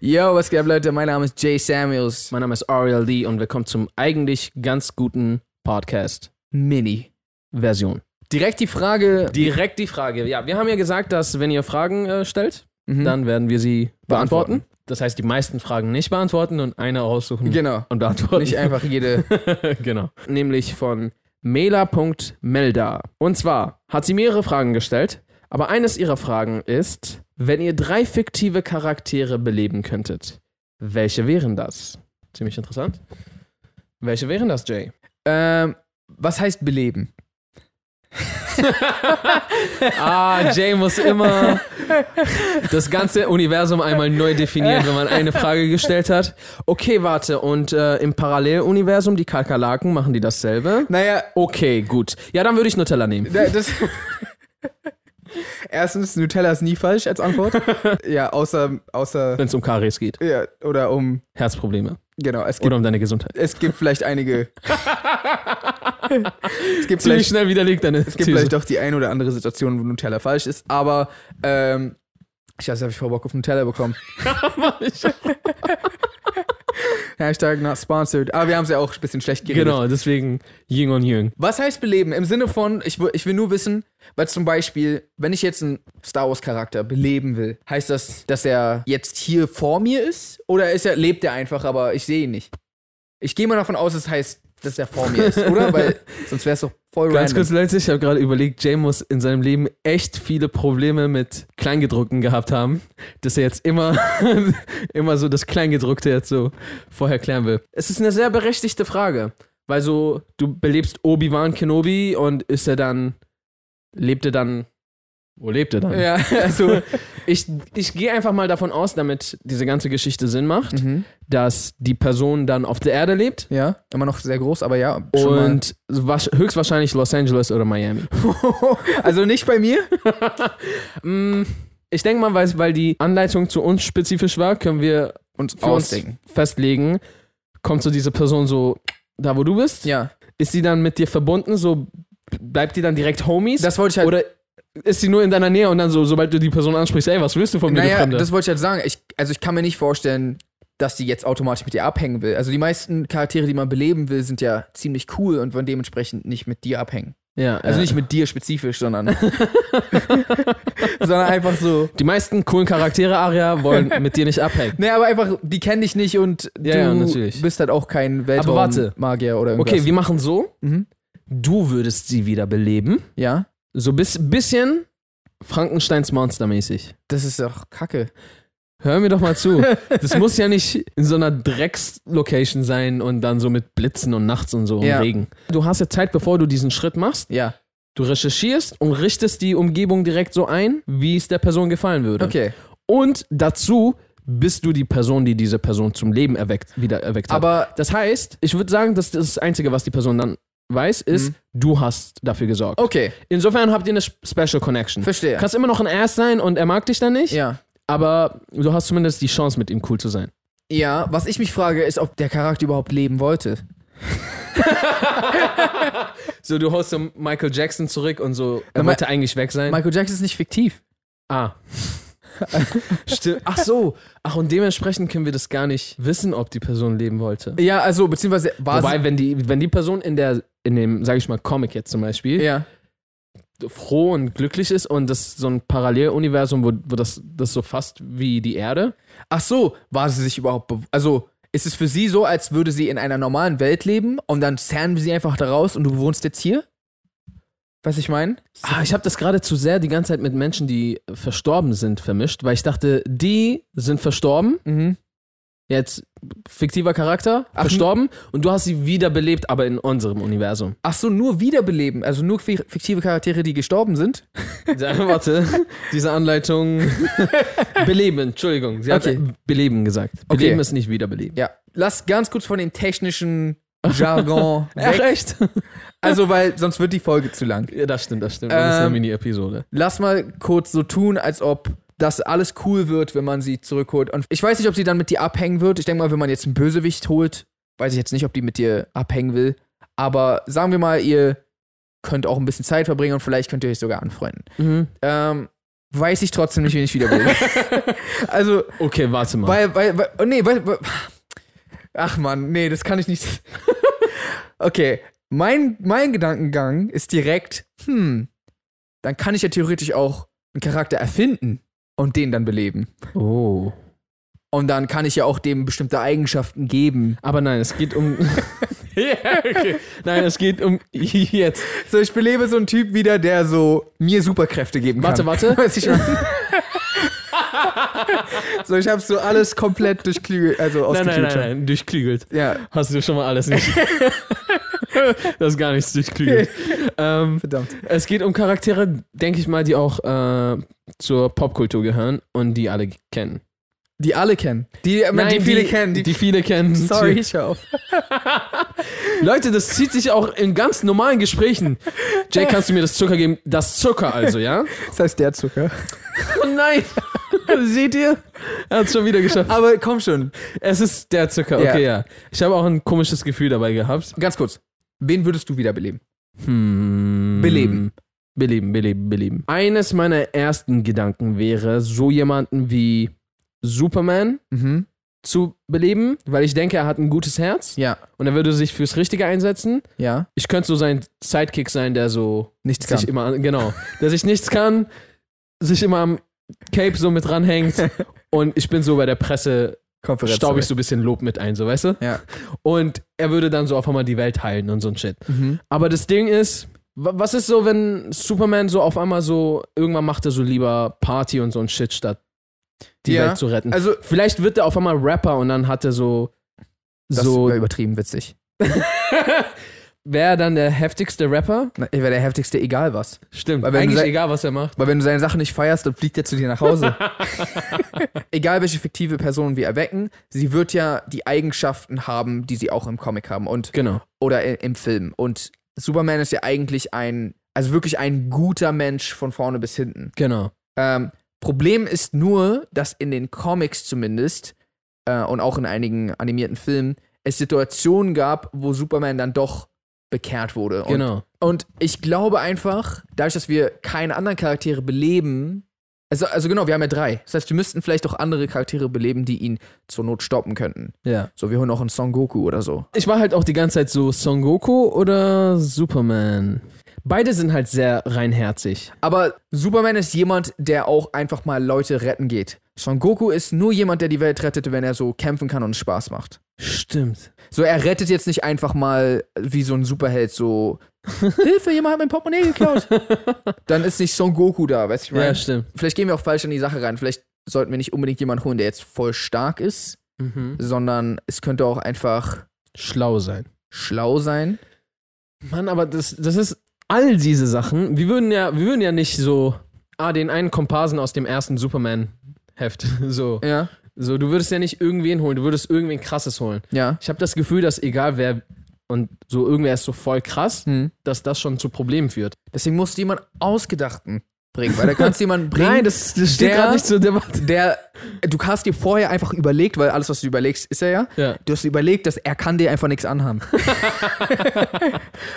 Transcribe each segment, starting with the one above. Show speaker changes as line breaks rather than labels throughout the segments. Yo, was geht ab, Leute? Mein Name ist Jay Samuels.
Mein Name ist Ariel Lee und willkommen zum eigentlich ganz guten Podcast Mini-Version.
Direkt die Frage.
Direkt die Frage. Ja, wir haben ja gesagt, dass wenn ihr Fragen äh, stellt,
Mhm.
dann werden wir sie
Beantworten.
beantworten. Das heißt, die meisten Fragen nicht beantworten und eine raussuchen
Genau.
und beantworten.
Nicht einfach jede.
genau. Nämlich von Mela.melda. Und zwar hat sie mehrere Fragen gestellt, aber eines ihrer Fragen ist, wenn ihr drei fiktive Charaktere beleben könntet, welche wären das? Ziemlich interessant. Welche wären das, Jay?
ähm, was heißt beleben?
Ah, Jay muss immer das ganze Universum einmal neu definieren, wenn man eine Frage gestellt hat. Okay, warte, und äh, im Paralleluniversum, die Kakerlaken, machen die dasselbe?
Naja,
Okay, gut. Ja, dann würde ich Nutella nehmen.
da- das. Erstens, Nutella ist nie falsch als Antwort. ja, außer. außer
Wenn es um Karies geht.
ja, oder um.
Herzprobleme.
Genau, es gibt,
Oder um deine Gesundheit.
es gibt vielleicht einige. es gibt
Ziemlich
vielleicht
schnell widerlegt deine
Es gibt vielleicht auch die eine oder andere Situation, wo Nutella falsch ist, aber ähm, ich weiß, habe ich voll Bock auf Nutella bekommen. Hashtag not sponsored. Aber wir haben es ja auch ein bisschen schlecht geredet.
Genau, deswegen Ying und Yang.
Was heißt beleben? Im Sinne von, ich, wu- ich will nur wissen, weil zum Beispiel, wenn ich jetzt einen Star Wars Charakter beleben will, heißt das, dass er jetzt hier vor mir ist? Oder ist er, lebt er einfach, aber ich sehe ihn nicht? Ich gehe mal davon aus, es heißt, dass er vor mir ist, oder? Weil sonst wäre es doch voll
Ganz
random.
kurz, Leute, ich habe gerade überlegt, Jay muss in seinem Leben echt viele Probleme mit Kleingedruckten gehabt haben, dass er jetzt immer, immer so das Kleingedruckte jetzt so vorher klären will. Es ist eine sehr berechtigte Frage, weil so, du belebst Obi-Wan Kenobi und ist er dann, lebt er dann, wo lebt er dann?
Ja, also.
Ich, ich gehe einfach mal davon aus, damit diese ganze Geschichte Sinn macht,
mhm.
dass die Person dann auf der Erde lebt
Ja, immer noch sehr groß, aber ja. schon mal.
und wasch- höchstwahrscheinlich Los Angeles oder Miami.
also nicht bei mir?
Mm, Ich denke mal, weil, weil die Anleitung zu uns spezifisch war, können wir
Und
für uns festlegen, kommt so diese Person so da, wo du bist?
Ja.
Ist sie dann mit dir verbunden? So bleibt die dann direkt Homies?
Das wollte ich halt.
oder ist sie nur in deiner Nähe und dann so, sobald du die Person ansprichst, ey, was willst du von mir, du
naja,
Fremde?
das wollte ich halt sagen. Ich, also ich kann mir nicht vorstellen, dass die jetzt automatisch mit dir abhängen will. Also die meisten Charaktere, die man beleben will, sind ja ziemlich cool und wollen dementsprechend nicht mit dir abhängen.
ja,
Also
ja.
nicht mit dir spezifisch, sondern. sondern einfach so.
die meisten coolen Charaktere, Aria, wollen mit dir nicht abhängen.
Nee, aber einfach, die kennen dich nicht und
Ja,
du
ja, natürlich.
bist halt auch kein
warte.
Weltraum-Magier oder irgendwas.
Okay, wir machen so.
Mhm.
Du würdest sie wieder beleben.
ja,
So bis, bisschen Frankensteins Monster mäßig.
das ist doch kacke.
Hör mir doch mal zu. Das muss ja nicht in so einer Dreckslocation sein und dann so mit Blitzen und nachts und so
Ja.
und Regen. Du hast ja Zeit, bevor du diesen Schritt machst.
Ja,
Du recherchierst und richtest die Umgebung direkt so ein, wie es der Person gefallen würde.
okay.
Und dazu bist du die Person, die diese Person zum Leben erweckt, wieder erweckt hat.
Aber
Das heißt, ich würde sagen, dass das Einzige, was die Person dann weiß, ist,
Mhm.
du hast dafür gesorgt.
Okay,
Insofern habt ihr eine Special Connection.
verstehe.
Kannst immer noch ein Ass sein und er mag dich dann nicht,
ja.
aber du hast zumindest die Chance, mit ihm cool zu sein.
Ja, was ich mich frage, ist, ob der Charakter überhaupt leben wollte.
So, du holst so Michael Jackson zurück und so,
Na,
er
Ma-
wollte eigentlich weg sein.
Michael Jackson ist nicht fiktiv.
ah. Stimmt. Ach so. Ach, und dementsprechend können wir das gar nicht wissen, ob die Person leben wollte.
Ja, also, beziehungsweise war
Wobei, wenn die, wenn die Person in der, in dem, sag ich mal, Comic jetzt zum Beispiel,
sie. Ja.
froh und glücklich ist und das so ein Paralleluniversum, wo, wo das, das so fast wie die Erde.
Ach so, war sie sich überhaupt. bew- Also, ist es für sie so, als würde sie in einer normalen Welt leben und dann zerren wir sie einfach da raus und du wohnst jetzt hier? Weißt du, ich meine?
Ah, ich habe das gerade zu sehr die ganze Zeit mit Menschen, die äh, verstorben sind, vermischt, weil ich dachte, die sind verstorben,
Mhm.
jetzt fiktiver Charakter,
Ach,
verstorben und du hast sie wiederbelebt, aber in unserem Universum.
Ach so, nur wiederbeleben. Also nur fi- fiktive Charaktere, die gestorben sind.
Ja, warte, diese Anleitung. beleben, Entschuldigung. Sie
Okay.
hat beleben gesagt.
Okay.
Beleben ist nicht wiederbeleben.
Ja. Lass ganz kurz von dem technischen Jargon weg.
echt?
Also, weil sonst wird die Folge zu lang.
Ja, das stimmt, das stimmt. das ist eine
Ähm,
Mini-Episode.
lass mal kurz so tun, als ob das alles cool wird, wenn man sie zurückholt. Und ich weiß nicht, ob sie dann mit dir abhängen wird. Ich denke mal, wenn man jetzt einen Bösewicht holt, weiß ich jetzt nicht, ob die mit dir abhängen will. Aber sagen mhm. wir mal, ihr könnt auch ein bisschen Zeit verbringen und vielleicht könnt ihr euch sogar anfreunden. Ähm, weiß ich trotzdem nicht, wen ich wiederbelebe. also,
Okay, warte mal.
weil, weil, weil, oh nee, weil, weil, ach man, nee, das kann ich nicht. okay, mein, mein Gedankengang ist direkt, hm, dann kann ich ja theoretisch auch einen Charakter erfinden und den dann beleben.
oh.
Und dann kann ich ja auch dem bestimmte Eigenschaften geben.
Aber nein, es geht um. ja, okay. Nein, es geht um jetzt.
So, ich belebe so einen Typ wieder, der so mir Superkräfte geben kann.
Warte, warte.
Weiß ich schon. so, ich habe so alles komplett durchklügelt,
Nein,
also
nein, nein,
ausgeklügelt.
nein, durchklügelt.
Ja,
Hast du schon mal alles nicht. das ist gar nichts durchklügelt. ähm,
verdammt.
es geht um Charaktere, denke ich mal, die auch äh, zur Popkultur gehören und die alle kennen.
Die alle kennen. Die, äh, die viele kennen.
Die,
Die,
viele kennen.
sorry, ich hör auf.
Leute, das zieht sich auch in ganz normalen Gesprächen. Jay, kannst du mir das Zucker geben? Das Zucker also, ja?
Das heißt der Zucker.
Oh nein! Seht ihr? Er hat es schon wieder geschafft.
Aber komm schon,
Es ist der Zucker,
Ja.
okay, ja. Ich habe auch ein komisches Gefühl dabei gehabt.
ganz kurz. Wen würdest du wiederbeleben?
Hm.
Beleben.
Beleben, beleben, beleben. Eines meiner ersten Gedanken wäre, so jemanden wie Superman
Mhm.
zu beleben, weil ich denke, er hat ein gutes Herz
Ja,
und er würde sich fürs Richtige einsetzen.
ja.
Ich könnte so sein Sidekick sein, der so
Nichts
sich immer, an- genau, der sich nichts kann, sich immer am Cape so mit ranhängt und ich bin so bei der Presse,
Konferenz.
staub ich so ein bisschen Lob mit ein, so weißt du?
Ja.
Und er würde dann so auf einmal die Welt heilen und so ein Shit.
Mhm.
Aber das Ding ist, wa- was ist so, wenn Superman so auf einmal so, irgendwann macht er so lieber Party und so ein Shit, statt die
Ja.
Welt zu retten.
Also,
Vielleicht wird er auf einmal Rapper und dann hat er so,
das
so,
war übertrieben witzig.
wäre dann der heftigste Rapper?
Na, Ich wäre der heftigste, egal was.
Stimmt,
Weil wenn
eigentlich
du se-
egal, was er macht.
Weil wenn du seine Sachen nicht feierst, dann fliegt er zu dir nach Hause. Egal welche fiktive Person wir erwecken, sie wird ja die Eigenschaften haben, die sie auch im Comic haben und
Genau.
oder i- im Film. Und Superman ist ja eigentlich ein, also wirklich ein guter Mensch von vorne bis hinten.
Genau.
Ähm, Problem ist nur, dass in den Comics zumindest äh, und auch in einigen animierten Filmen es Situationen gab, wo Superman dann doch bekehrt wurde. Und
Genau.
und ich glaube einfach, dadurch, dass wir keine anderen Charaktere beleben, also, also genau, wir haben ja drei. Das heißt, wir müssten vielleicht auch andere Charaktere beleben, die ihn zur Not stoppen könnten.
Ja.
So, wir holen auch einen Son Goku oder so.
Ich war halt auch die ganze Zeit so Son Goku oder Superman. Beide sind halt sehr reinherzig.
Aber Superman ist jemand, der auch einfach mal Leute retten geht. Son Goku ist nur jemand, der die Welt rettet, wenn er so kämpfen kann und Spaß macht.
Stimmt.
So, er rettet jetzt nicht einfach mal äh, wie so ein Superheld so Hilfe, jemand hat mein Portemonnaie geklaut. Dann ist nicht Son Goku da, weißt du, was ich
Ja,
meine?
stimmt.
vielleicht gehen wir auch falsch an die Sache rein. Vielleicht sollten wir nicht unbedingt jemanden holen, der jetzt voll stark ist,
Mhm.
sondern es könnte auch einfach
Schlau sein.
schlau sein.
Mann, aber das, das ist all diese Sachen. Wir würden ja, wir würden ja nicht so, ah, den einen Komparsen aus dem ersten Superman-Heft. So.
Ja.
so, du würdest ja nicht irgendwen holen, du würdest irgendwen krasses holen.
Ja.
Ich habe das Gefühl, dass egal wer und so irgendwer ist so voll krass, dass das schon zu Problemen führt.
Deswegen musst du jemanden Ausgedachten bringen, weil da kannst du jemanden bringen,
das,
steht grad nicht
zur Debatte.
der, äh, du hast dir vorher einfach überlegt, weil alles, was du überlegst, ist er ja.
Ja.
Du hast überlegt, dass er kann dir einfach nichts anhaben.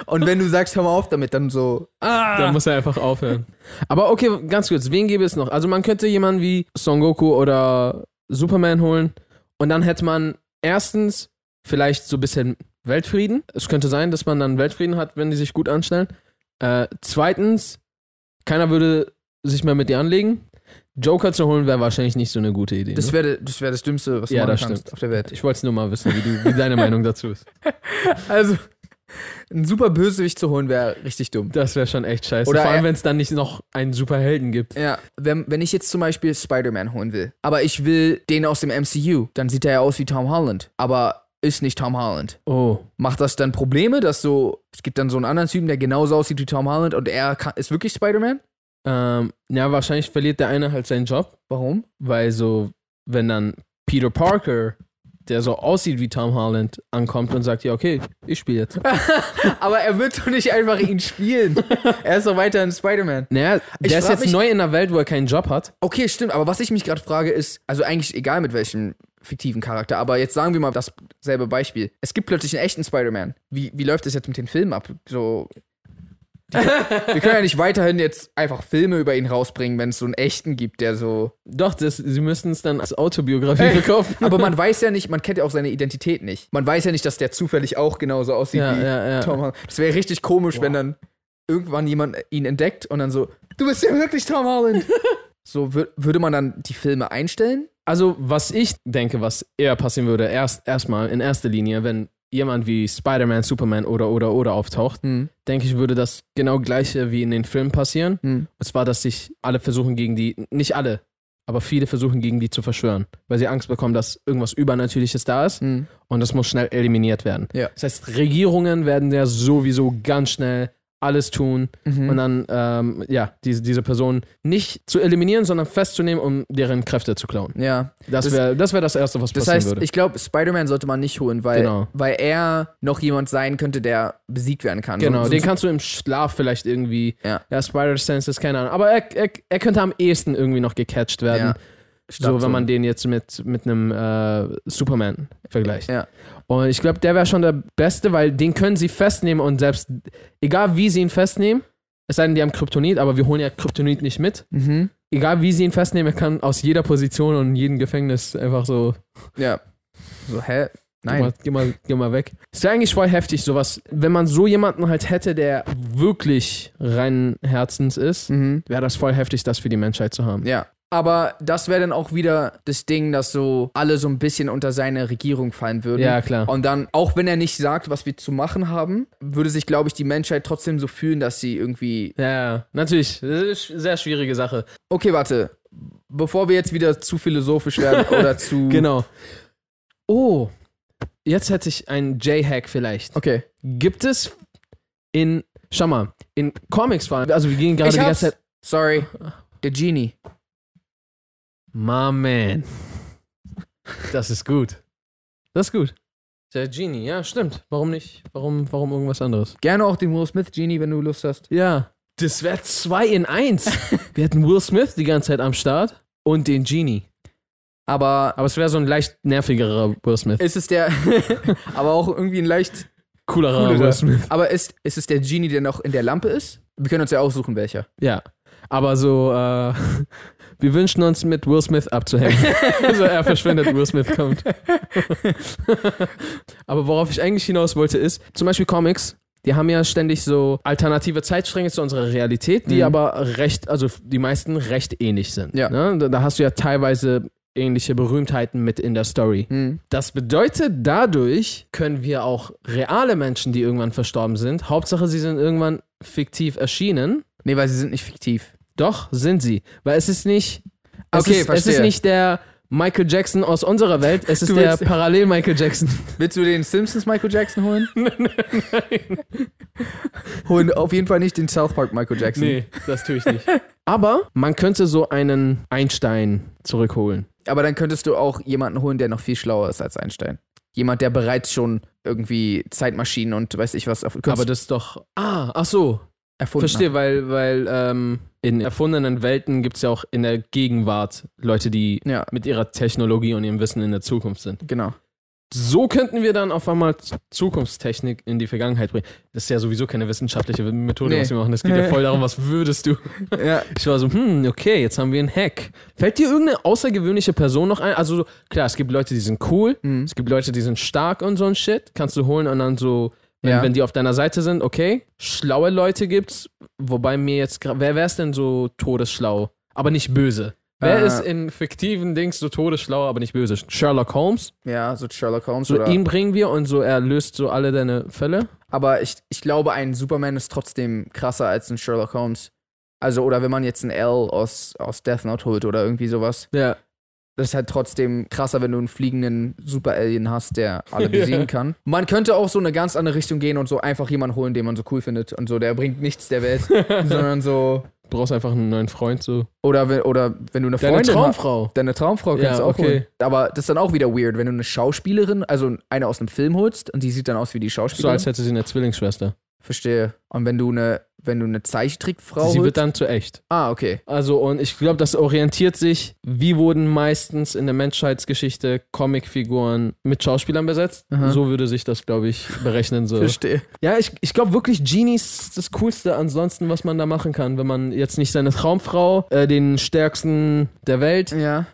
Und wenn du sagst, hör mal auf damit, dann so,
Da muss er einfach aufhören. Ah. Aber okay, ganz kurz, wen gäbe es noch? Also man könnte jemanden wie Son Goku oder Superman holen und dann hätte man erstens vielleicht so ein bisschen Weltfrieden. Es könnte sein, dass man dann Weltfrieden hat, wenn die sich gut anstellen. Äh, zweitens, keiner würde sich mehr mit dir anlegen. Joker zu holen wäre wahrscheinlich nicht so eine gute Idee.
das
ne?
wäre das, wär das Dümmste, was du
Ja,
machen
das
kannst
stimmt.
auf der Welt.
Ich wollte es nur mal wissen, wie, du, wie deine Meinung dazu ist.
Also, einen super Bösewicht zu holen, wäre richtig dumm.
Das wäre schon echt scheiße.
Oder
Vor
er-
allem, wenn es dann nicht noch einen Superhelden gibt.
Ja, wenn, wenn ich jetzt zum Beispiel Spider-Man holen will, aber ich will den aus dem MCU, dann sieht er ja aus wie Tom Holland, aber ist nicht Tom Holland.
Oh.
Macht das dann Probleme, dass so, es gibt dann so einen anderen Typen, der genauso aussieht wie Tom Holland und er kann, ist wirklich Spider-Man?
Ähm, ja, wahrscheinlich verliert der eine halt seinen Job,
Warum?
weil so, wenn dann Peter Parker, der so aussieht wie Tom Holland, ankommt und sagt, ja, okay, ich spiele jetzt.
aber er wird doch nicht einfach ihn spielen. er ist doch weiterhin Spider-Man.
Naja,
Ich
der ist
frag
jetzt
mich-
neu in einer Welt, wo er keinen Job hat.
Okay, stimmt, aber was ich mich gerade frage ist, also eigentlich egal mit welchem fiktiven Charakter, aber jetzt sagen wir mal dasselbe Beispiel. Es gibt plötzlich einen echten Spider-Man. Wie, wie läuft das jetzt mit den Filmen ab? So, Wir können ja nicht weiterhin jetzt einfach Filme über ihn rausbringen, wenn es so einen echten gibt, der so.
Doch, das, sie müssen es dann als Autobiografie verkaufen.
Aber man weiß ja nicht, man kennt ja auch seine Identität nicht. Man weiß ja nicht, dass der zufällig auch genauso aussieht
Ja,
wie
ja, ja.
Tom Holland. Das wäre richtig komisch, wenn dann irgendwann jemand ihn entdeckt und dann so, du bist ja wirklich Tom Holland. so wür- würde man dann die Filme einstellen?
Also, was ich denke, was eher passieren würde, erst erstmal in erster Linie, wenn jemand wie Spider-Man, Superman oder oder oder auftaucht,
Hm.
denke ich, würde das genau gleiche wie in den Filmen passieren.
Hm.
Und zwar, dass sich alle versuchen gegen die, nicht alle, aber viele versuchen gegen die zu verschwören, weil sie Angst bekommen, dass irgendwas Übernatürliches da ist
Hm.
und das muss schnell eliminiert werden.
Ja.
Das heißt, Regierungen werden ja sowieso ganz schnell alles tun
Mhm.
und dann, ähm, ja, diese, diese Personen nicht zu eliminieren, sondern festzunehmen, um deren Kräfte zu klauen.
ja.
Das
Das-
wäre das, wär das Erste, was
Das
passieren
heißt,
würde.
ich glaube, Spider-Man sollte man nicht holen, weil,
Genau.
weil er noch jemand sein könnte, der besiegt werden kann.
genau,
so,
den
so,
kannst du im Schlaf vielleicht irgendwie,
Ja.
Spider-Senses, keine Ahnung, aber er, er, er könnte am ehesten irgendwie noch gecatcht werden.
Ja.
So, wenn man den jetzt mit, mit einem äh, Superman vergleicht.
Ja.
Und ich glaube, der wäre schon der Beste, weil den können sie festnehmen und selbst, egal wie sie ihn festnehmen, es sei denn, die haben Kryptonit, aber wir holen ja Kryptonit nicht mit.
Mhm.
Egal wie sie ihn festnehmen, er kann aus jeder Position und jedem Gefängnis einfach so,
Ja. So, hä?
geh mal,
Nein.
geh mal, geh mal weg. Ist ja eigentlich voll heftig, sowas. Wenn man so jemanden halt hätte, der wirklich rein herzens ist,
Mhm.
wäre das voll heftig, das für die Menschheit zu haben.
Ja. Aber das wäre dann auch wieder das Ding, dass so alle so ein bisschen unter seine Regierung fallen würden.
Ja, klar.
Und dann, auch wenn er nicht sagt, was wir zu machen haben, würde sich, glaube ich, die Menschheit trotzdem so fühlen, dass sie irgendwie.
Ja, ja, natürlich. Das ist eine sehr schwierige Sache.
Okay, warte. Bevor wir jetzt wieder zu philosophisch werden oder zu.
Genau. Oh, jetzt hätte ich einen J-Hack vielleicht.
Okay.
Gibt es in, schau mal, in Comics vor allem, also wir gehen gerade die
ich hab's.
ganze Zeit.
Sorry. Der Genie.
My man. Das ist gut. Das ist gut. Der Genie, ja, stimmt. Warum nicht? Warum, warum irgendwas anderes?
Gerne auch den Will Smith Genie, wenn du Lust hast.
Ja. Das wäre zwei in eins. wir hätten Will Smith die ganze Zeit am Start und den Genie.
Aber
Aber es wäre so ein leicht nervigerer Will Smith.
ist es der. aber auch irgendwie ein leicht.
Coolerer
Coolerer.
Will Smith.
Aber ist, ist es der Genie, der noch in der Lampe ist? Wir können uns ja aussuchen, welcher.
Ja, aber so, äh, wir wünschen uns mit Will Smith abzuhängen. also er verschwindet, Will Smith kommt. aber worauf ich eigentlich hinaus wollte ist, zum Beispiel Comics, die haben ja ständig so alternative Zeitstränge zu unserer Realität, die
Mhm.
aber recht, also die meisten recht ähnlich sind.
Ja.
Ne? Da, da hast du ja teilweise ähnliche Berühmtheiten mit in der Story.
Hm.
Das bedeutet, dadurch können wir auch reale Menschen, die irgendwann verstorben sind, Hauptsache sie sind irgendwann fiktiv erschienen,
Nee, weil sie sind nicht fiktiv.
doch, sind sie. Weil es ist nicht. Es
Okay,
ist, Es
verstehe.
ist nicht der Michael Jackson aus unserer Welt, es ist
Du
der
willst-
Parallel-Michael Jackson.
Willst du den Simpsons Michael Jackson holen? nein, nein. Holen auf jeden Fall nicht den South Park Michael Jackson.
das tue ich nicht. Aber man könnte so einen Einstein zurückholen.
Aber dann könntest du auch jemanden holen, der noch viel schlauer ist als Einstein. Jemand, der bereits schon irgendwie Zeitmaschinen und weiß ich was auf,
Aber das ist doch. Ah, ach so.
erfunden
Verstehe, weil, weil ähm, in erfundenen Welten gibt es ja auch in der Gegenwart Leute, die
hat. Ja,
mit ihrer Technologie und ihrem Wissen in der Zukunft sind.
genau.
So könnten wir dann auf einmal Z- Zukunftstechnik in die Vergangenheit bringen. Das ist ja sowieso keine wissenschaftliche Methode,
Nee.
was wir machen. Es geht ja voll darum, was würdest du.
ja.
Ich war so, hm, okay, jetzt haben wir einen Hack. Fällt dir irgendeine außergewöhnliche Person noch ein? Also, so, klar, es gibt Leute, die sind cool.
Mhm.
Es gibt Leute, die sind stark und so ein Shit. Kannst du holen und dann so, wenn,
Ja.
wenn die auf deiner Seite sind, okay. Schlaue Leute gibt's. Wobei mir jetzt, gra- wer wär's denn so todesschlau, aber nicht böse? Wer
Äh.
ist in fiktiven Dings so todesschlau, aber nicht böse? Sherlock Holmes?
ja, so Sherlock Holmes
So
oder.
ihn bringen wir und so er löst so alle deine Fälle.
Aber ich, ich glaube, ein Superman ist trotzdem krasser als ein Sherlock Holmes. Also, oder wenn man jetzt einen L aus, aus Death Note holt oder irgendwie sowas.
Ja.
Das ist halt trotzdem krasser, wenn du einen fliegenden Super-Alien hast, der alle besiegen
Ja.
kann. Man könnte auch so eine ganz andere Richtung gehen und so einfach jemanden holen, den man so cool findet. Und so, der bringt nichts der Welt, sondern so.
Du brauchst einfach einen neuen Freund so.
Oder, wenn- oder wenn du eine
Deine
Freundin hast.
Traumfrau.
Deine Traumfrau kannst
Ja,
du auch
okay.
holen. Aber das ist dann auch wieder weird, wenn du eine Schauspielerin, also eine aus einem Film holst und die sieht dann aus wie die
So
Schauspielerin.
als hätte sie eine Zwillingsschwester.
Verstehe. Und wenn du eine, wenn du eine Zeichentrickfrau
Sie
holst?
wird dann zu echt.
ah, okay.
Also, und ich glaube, das orientiert sich, wie wurden meistens in der Menschheitsgeschichte Comicfiguren mit Schauspielern besetzt.
Aha.
So würde sich das, glaube ich, berechnen. So.
Verstehe.
Ja, ich, ich glaube wirklich, Genie ist das Coolste ansonsten, was man da machen kann, wenn man jetzt nicht seine Traumfrau, äh, den Stärksten der Welt
Ja.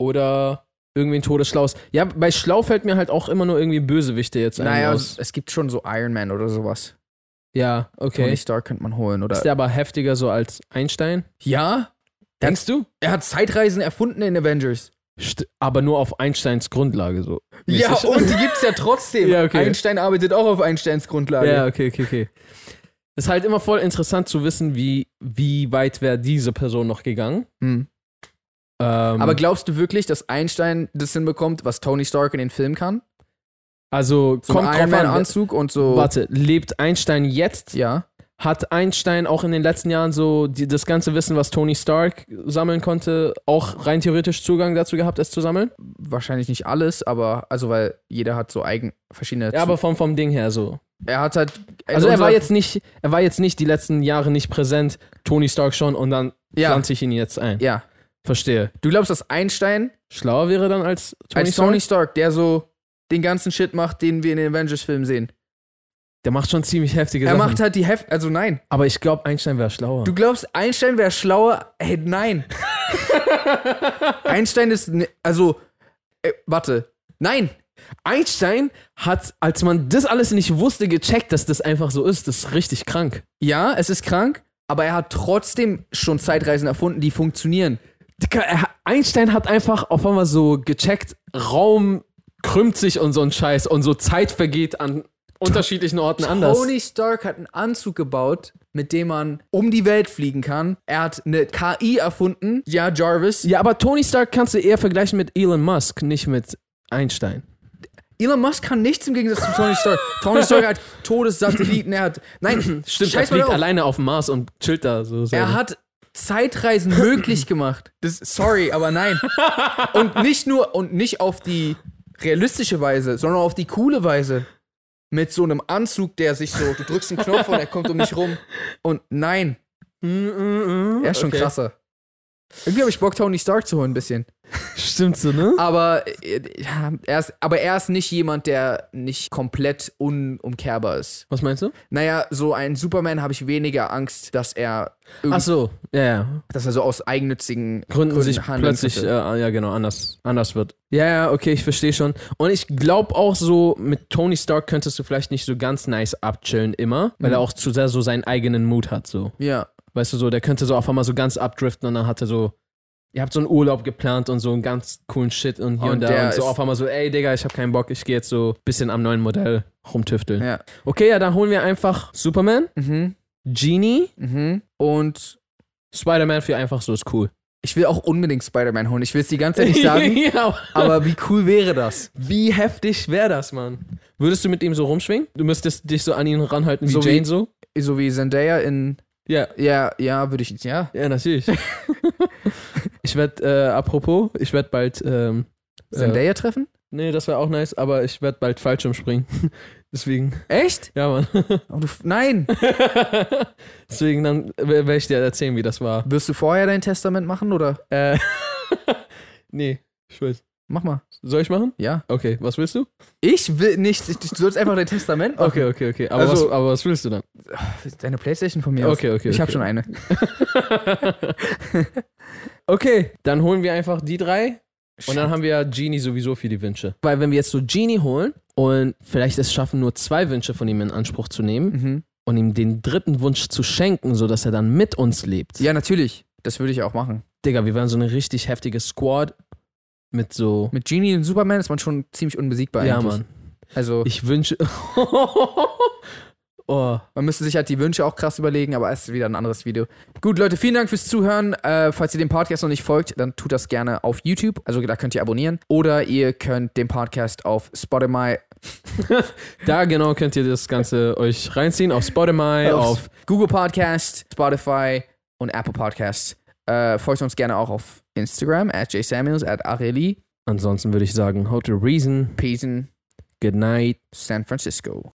oder irgendwen Todesschlaus. Ja, bei Schlau fällt mir halt auch immer nur irgendwie Bösewichte jetzt ein.
Naja,
raus.
es, es gibt schon so Iron Man oder sowas.
Ja,
Tony
okay.
Stark könnte man holen, oder?
Ist der aber heftiger so als Einstein?
ja?
Denkst du?
Er hat Zeitreisen erfunden in Avengers.
St aber nur auf Einsteins Grundlage so.
Ja,
Mäßig.
und die gibt's ja trotzdem.
Ja, okay.
Einstein arbeitet auch auf Einsteins Grundlage.
Ja, okay, okay, okay. Ist halt immer voll interessant zu wissen, wie, wie weit wäre diese Person noch gegangen.
Hm.
Ähm,
Aber glaubst du wirklich, dass Einstein das hinbekommt, was Tony Stark in den Film kann?
also
So
kommt
einen
drauf
Iron Man
an,
Anzug und so.
Warte, lebt Einstein jetzt?
Ja.
Hat Einstein auch in den letzten Jahren so die, das ganze Wissen, was Tony Stark sammeln konnte, auch rein theoretisch Zugang dazu gehabt, es zu sammeln?
Wahrscheinlich nicht alles, aber also weil jeder hat so eigen verschiedene.
Ja, aber vom, vom Ding her so.
er hat halt. in
Also er war
unserer-
jetzt nicht, er war jetzt nicht die letzten Jahre nicht präsent, Tony Stark schon und dann
Ja.
pflanze ich ihn jetzt ein.
Ja.
Verstehe.
Du glaubst, dass Einstein
Schlauer wäre dann als Tony
als
Stark?
Tony Stark, der so den ganzen Shit macht, den wir in den Avengers-Filmen sehen.
Der macht schon ziemlich heftige
Er
Sachen.
macht halt die Heft. Also nein.
aber ich glaube, Einstein wäre schlauer.
Du glaubst, Einstein wäre schlauer? Hey, nein. Einstein ist. ne- Also. Äh, warte. Nein.
Einstein hat, als man das alles nicht wusste, gecheckt, dass das einfach so ist. Das ist richtig krank.
Ja, es ist krank, aber er hat trotzdem schon Zeitreisen erfunden, die funktionieren.
Dicker, er, Einstein hat einfach auf einmal so gecheckt, Raum krümmt sich und so ein Scheiß und so Zeit vergeht an unterschiedlichen Orten anders.
Tony Stark hat einen Anzug gebaut, mit dem man um die Welt fliegen kann. Er hat eine KI erfunden. Ja, Jarvis.
Ja, aber Tony Stark kannst du eher vergleichen mit Elon Musk, nicht mit Einstein.
Elon Musk kann nichts im Gegensatz zu Tony Stark. Tony Stark hat Todessatelliten. Er hat. Nein,
Stimmt,
scheiß
er
mal
fliegt
drauf.
alleine auf dem Mars und chillt da so.
Er
selber.
hat Zeitreisen möglich gemacht. Das, sorry, aber nein. Und nicht nur und nicht auf die realistische Weise, sondern auf die coole Weise. Mit so einem Anzug, der sich so, du drückst einen Knopf und er kommt um dich rum. Und nein, er ist schon
Okay.
krasser. Irgendwie habe ich Bock, Tony Stark zu holen, ein bisschen.
Stimmt so, ne?
Aber, äh, ja, er ist, aber er ist nicht jemand, der nicht komplett unumkehrbar ist.
Was meinst du?
Naja, so ein Superman habe ich weniger Angst, dass er,
Ach so, ja, ja.
dass er so aus eigennützigen
Gründen sich
handeln
plötzlich,
könnte.
äh, ja genau, anders, anders wird. Ja, ja, okay, ich verstehe schon. Und ich glaube auch so, mit Tony Stark könntest du vielleicht nicht so ganz nice abchillen immer, weil er
Mhm.
auch zu sehr so seinen eigenen Mut hat, so.
Ja.
Weißt du so, der könnte so auf einmal so ganz abdriften und dann hatte so, ihr habt so einen Urlaub geplant und so einen ganz coolen Shit und hier
Und
und, da
der
und so
ist-
auf einmal so, ey Digga, ich hab keinen Bock, ich gehe jetzt so ein bisschen am neuen Modell rumtüfteln.
Ja.
Okay, ja, dann holen wir einfach Superman,
Mhm.
Genie,
Mhm. Und
Spider-Man für einfach so ist cool.
ich will auch unbedingt Spider-Man holen. Ich will es die ganze Zeit nicht sagen,
ja,
aber wie cool wäre das?
Wie heftig wäre das, Mann? Würdest du mit ihm so rumschwingen? Du müsstest dich so an ihn ranhalten wie
So wie-
Jane so?
So wie Zendaya in.
Ja.
Ja, ja, würde ich. Ja.
Ja, natürlich. ich werde, äh, apropos, ich werde bald, ähm, äh,
Zendaya treffen?
nee, das wäre auch nice, aber ich werde bald Fallschirm springen. Deswegen,
Echt?
ja, Mann.
Oh, du, f- nein!
Deswegen dann werde ich dir erzählen, wie das war.
Wirst du vorher dein Testament machen oder?
Äh, nee, ich weiß.
Mach mal.
Soll ich machen?
Ja.
Okay, was willst du?
Ich will nichts. Ich- Du sollst einfach dein Testament machen.
Okay, okay, okay. Aber,
Also-
was, aber was willst du dann?
Deine Playstation von mir. aus.
Okay, okay.
Ich habe
okay.
schon eine.
Okay, dann holen wir einfach die drei. Und dann haben wir Genie sowieso für die Wünsche. Weil wenn wir jetzt so Genie holen und vielleicht es schaffen, nur zwei Wünsche von ihm in Anspruch zu nehmen
Mhm.
und ihm den dritten Wunsch zu schenken, sodass er dann mit uns lebt.
Ja, natürlich. Das würde ich auch machen.
Digga, wir wären so eine richtig heftige Squad mit so...
Mit Genie und Superman ist man schon ziemlich unbesiegbar.
Ja,
eigentlich.
Mann.
Also,
Ich wünsche... oh.
Man müsste sich halt die Wünsche auch krass überlegen, aber es ist wieder ein anderes Video. Gut, Leute, vielen Dank fürs Zuhören. Äh, falls ihr dem Podcast noch nicht folgt, dann tut das gerne auf YouTube. Also da könnt ihr abonnieren. Oder ihr könnt den Podcast auf Spotify,
Da genau könnt ihr das Ganze euch reinziehen. Auf Spotify, auf...
auf Google Podcast, Spotify und Apple Podcast. Äh, folgt uns gerne auch auf Instagram, at jsamuels, at Areli,
Ansonsten würde ich sagen, how to reason.
Peace in
Good night.
San Francisco.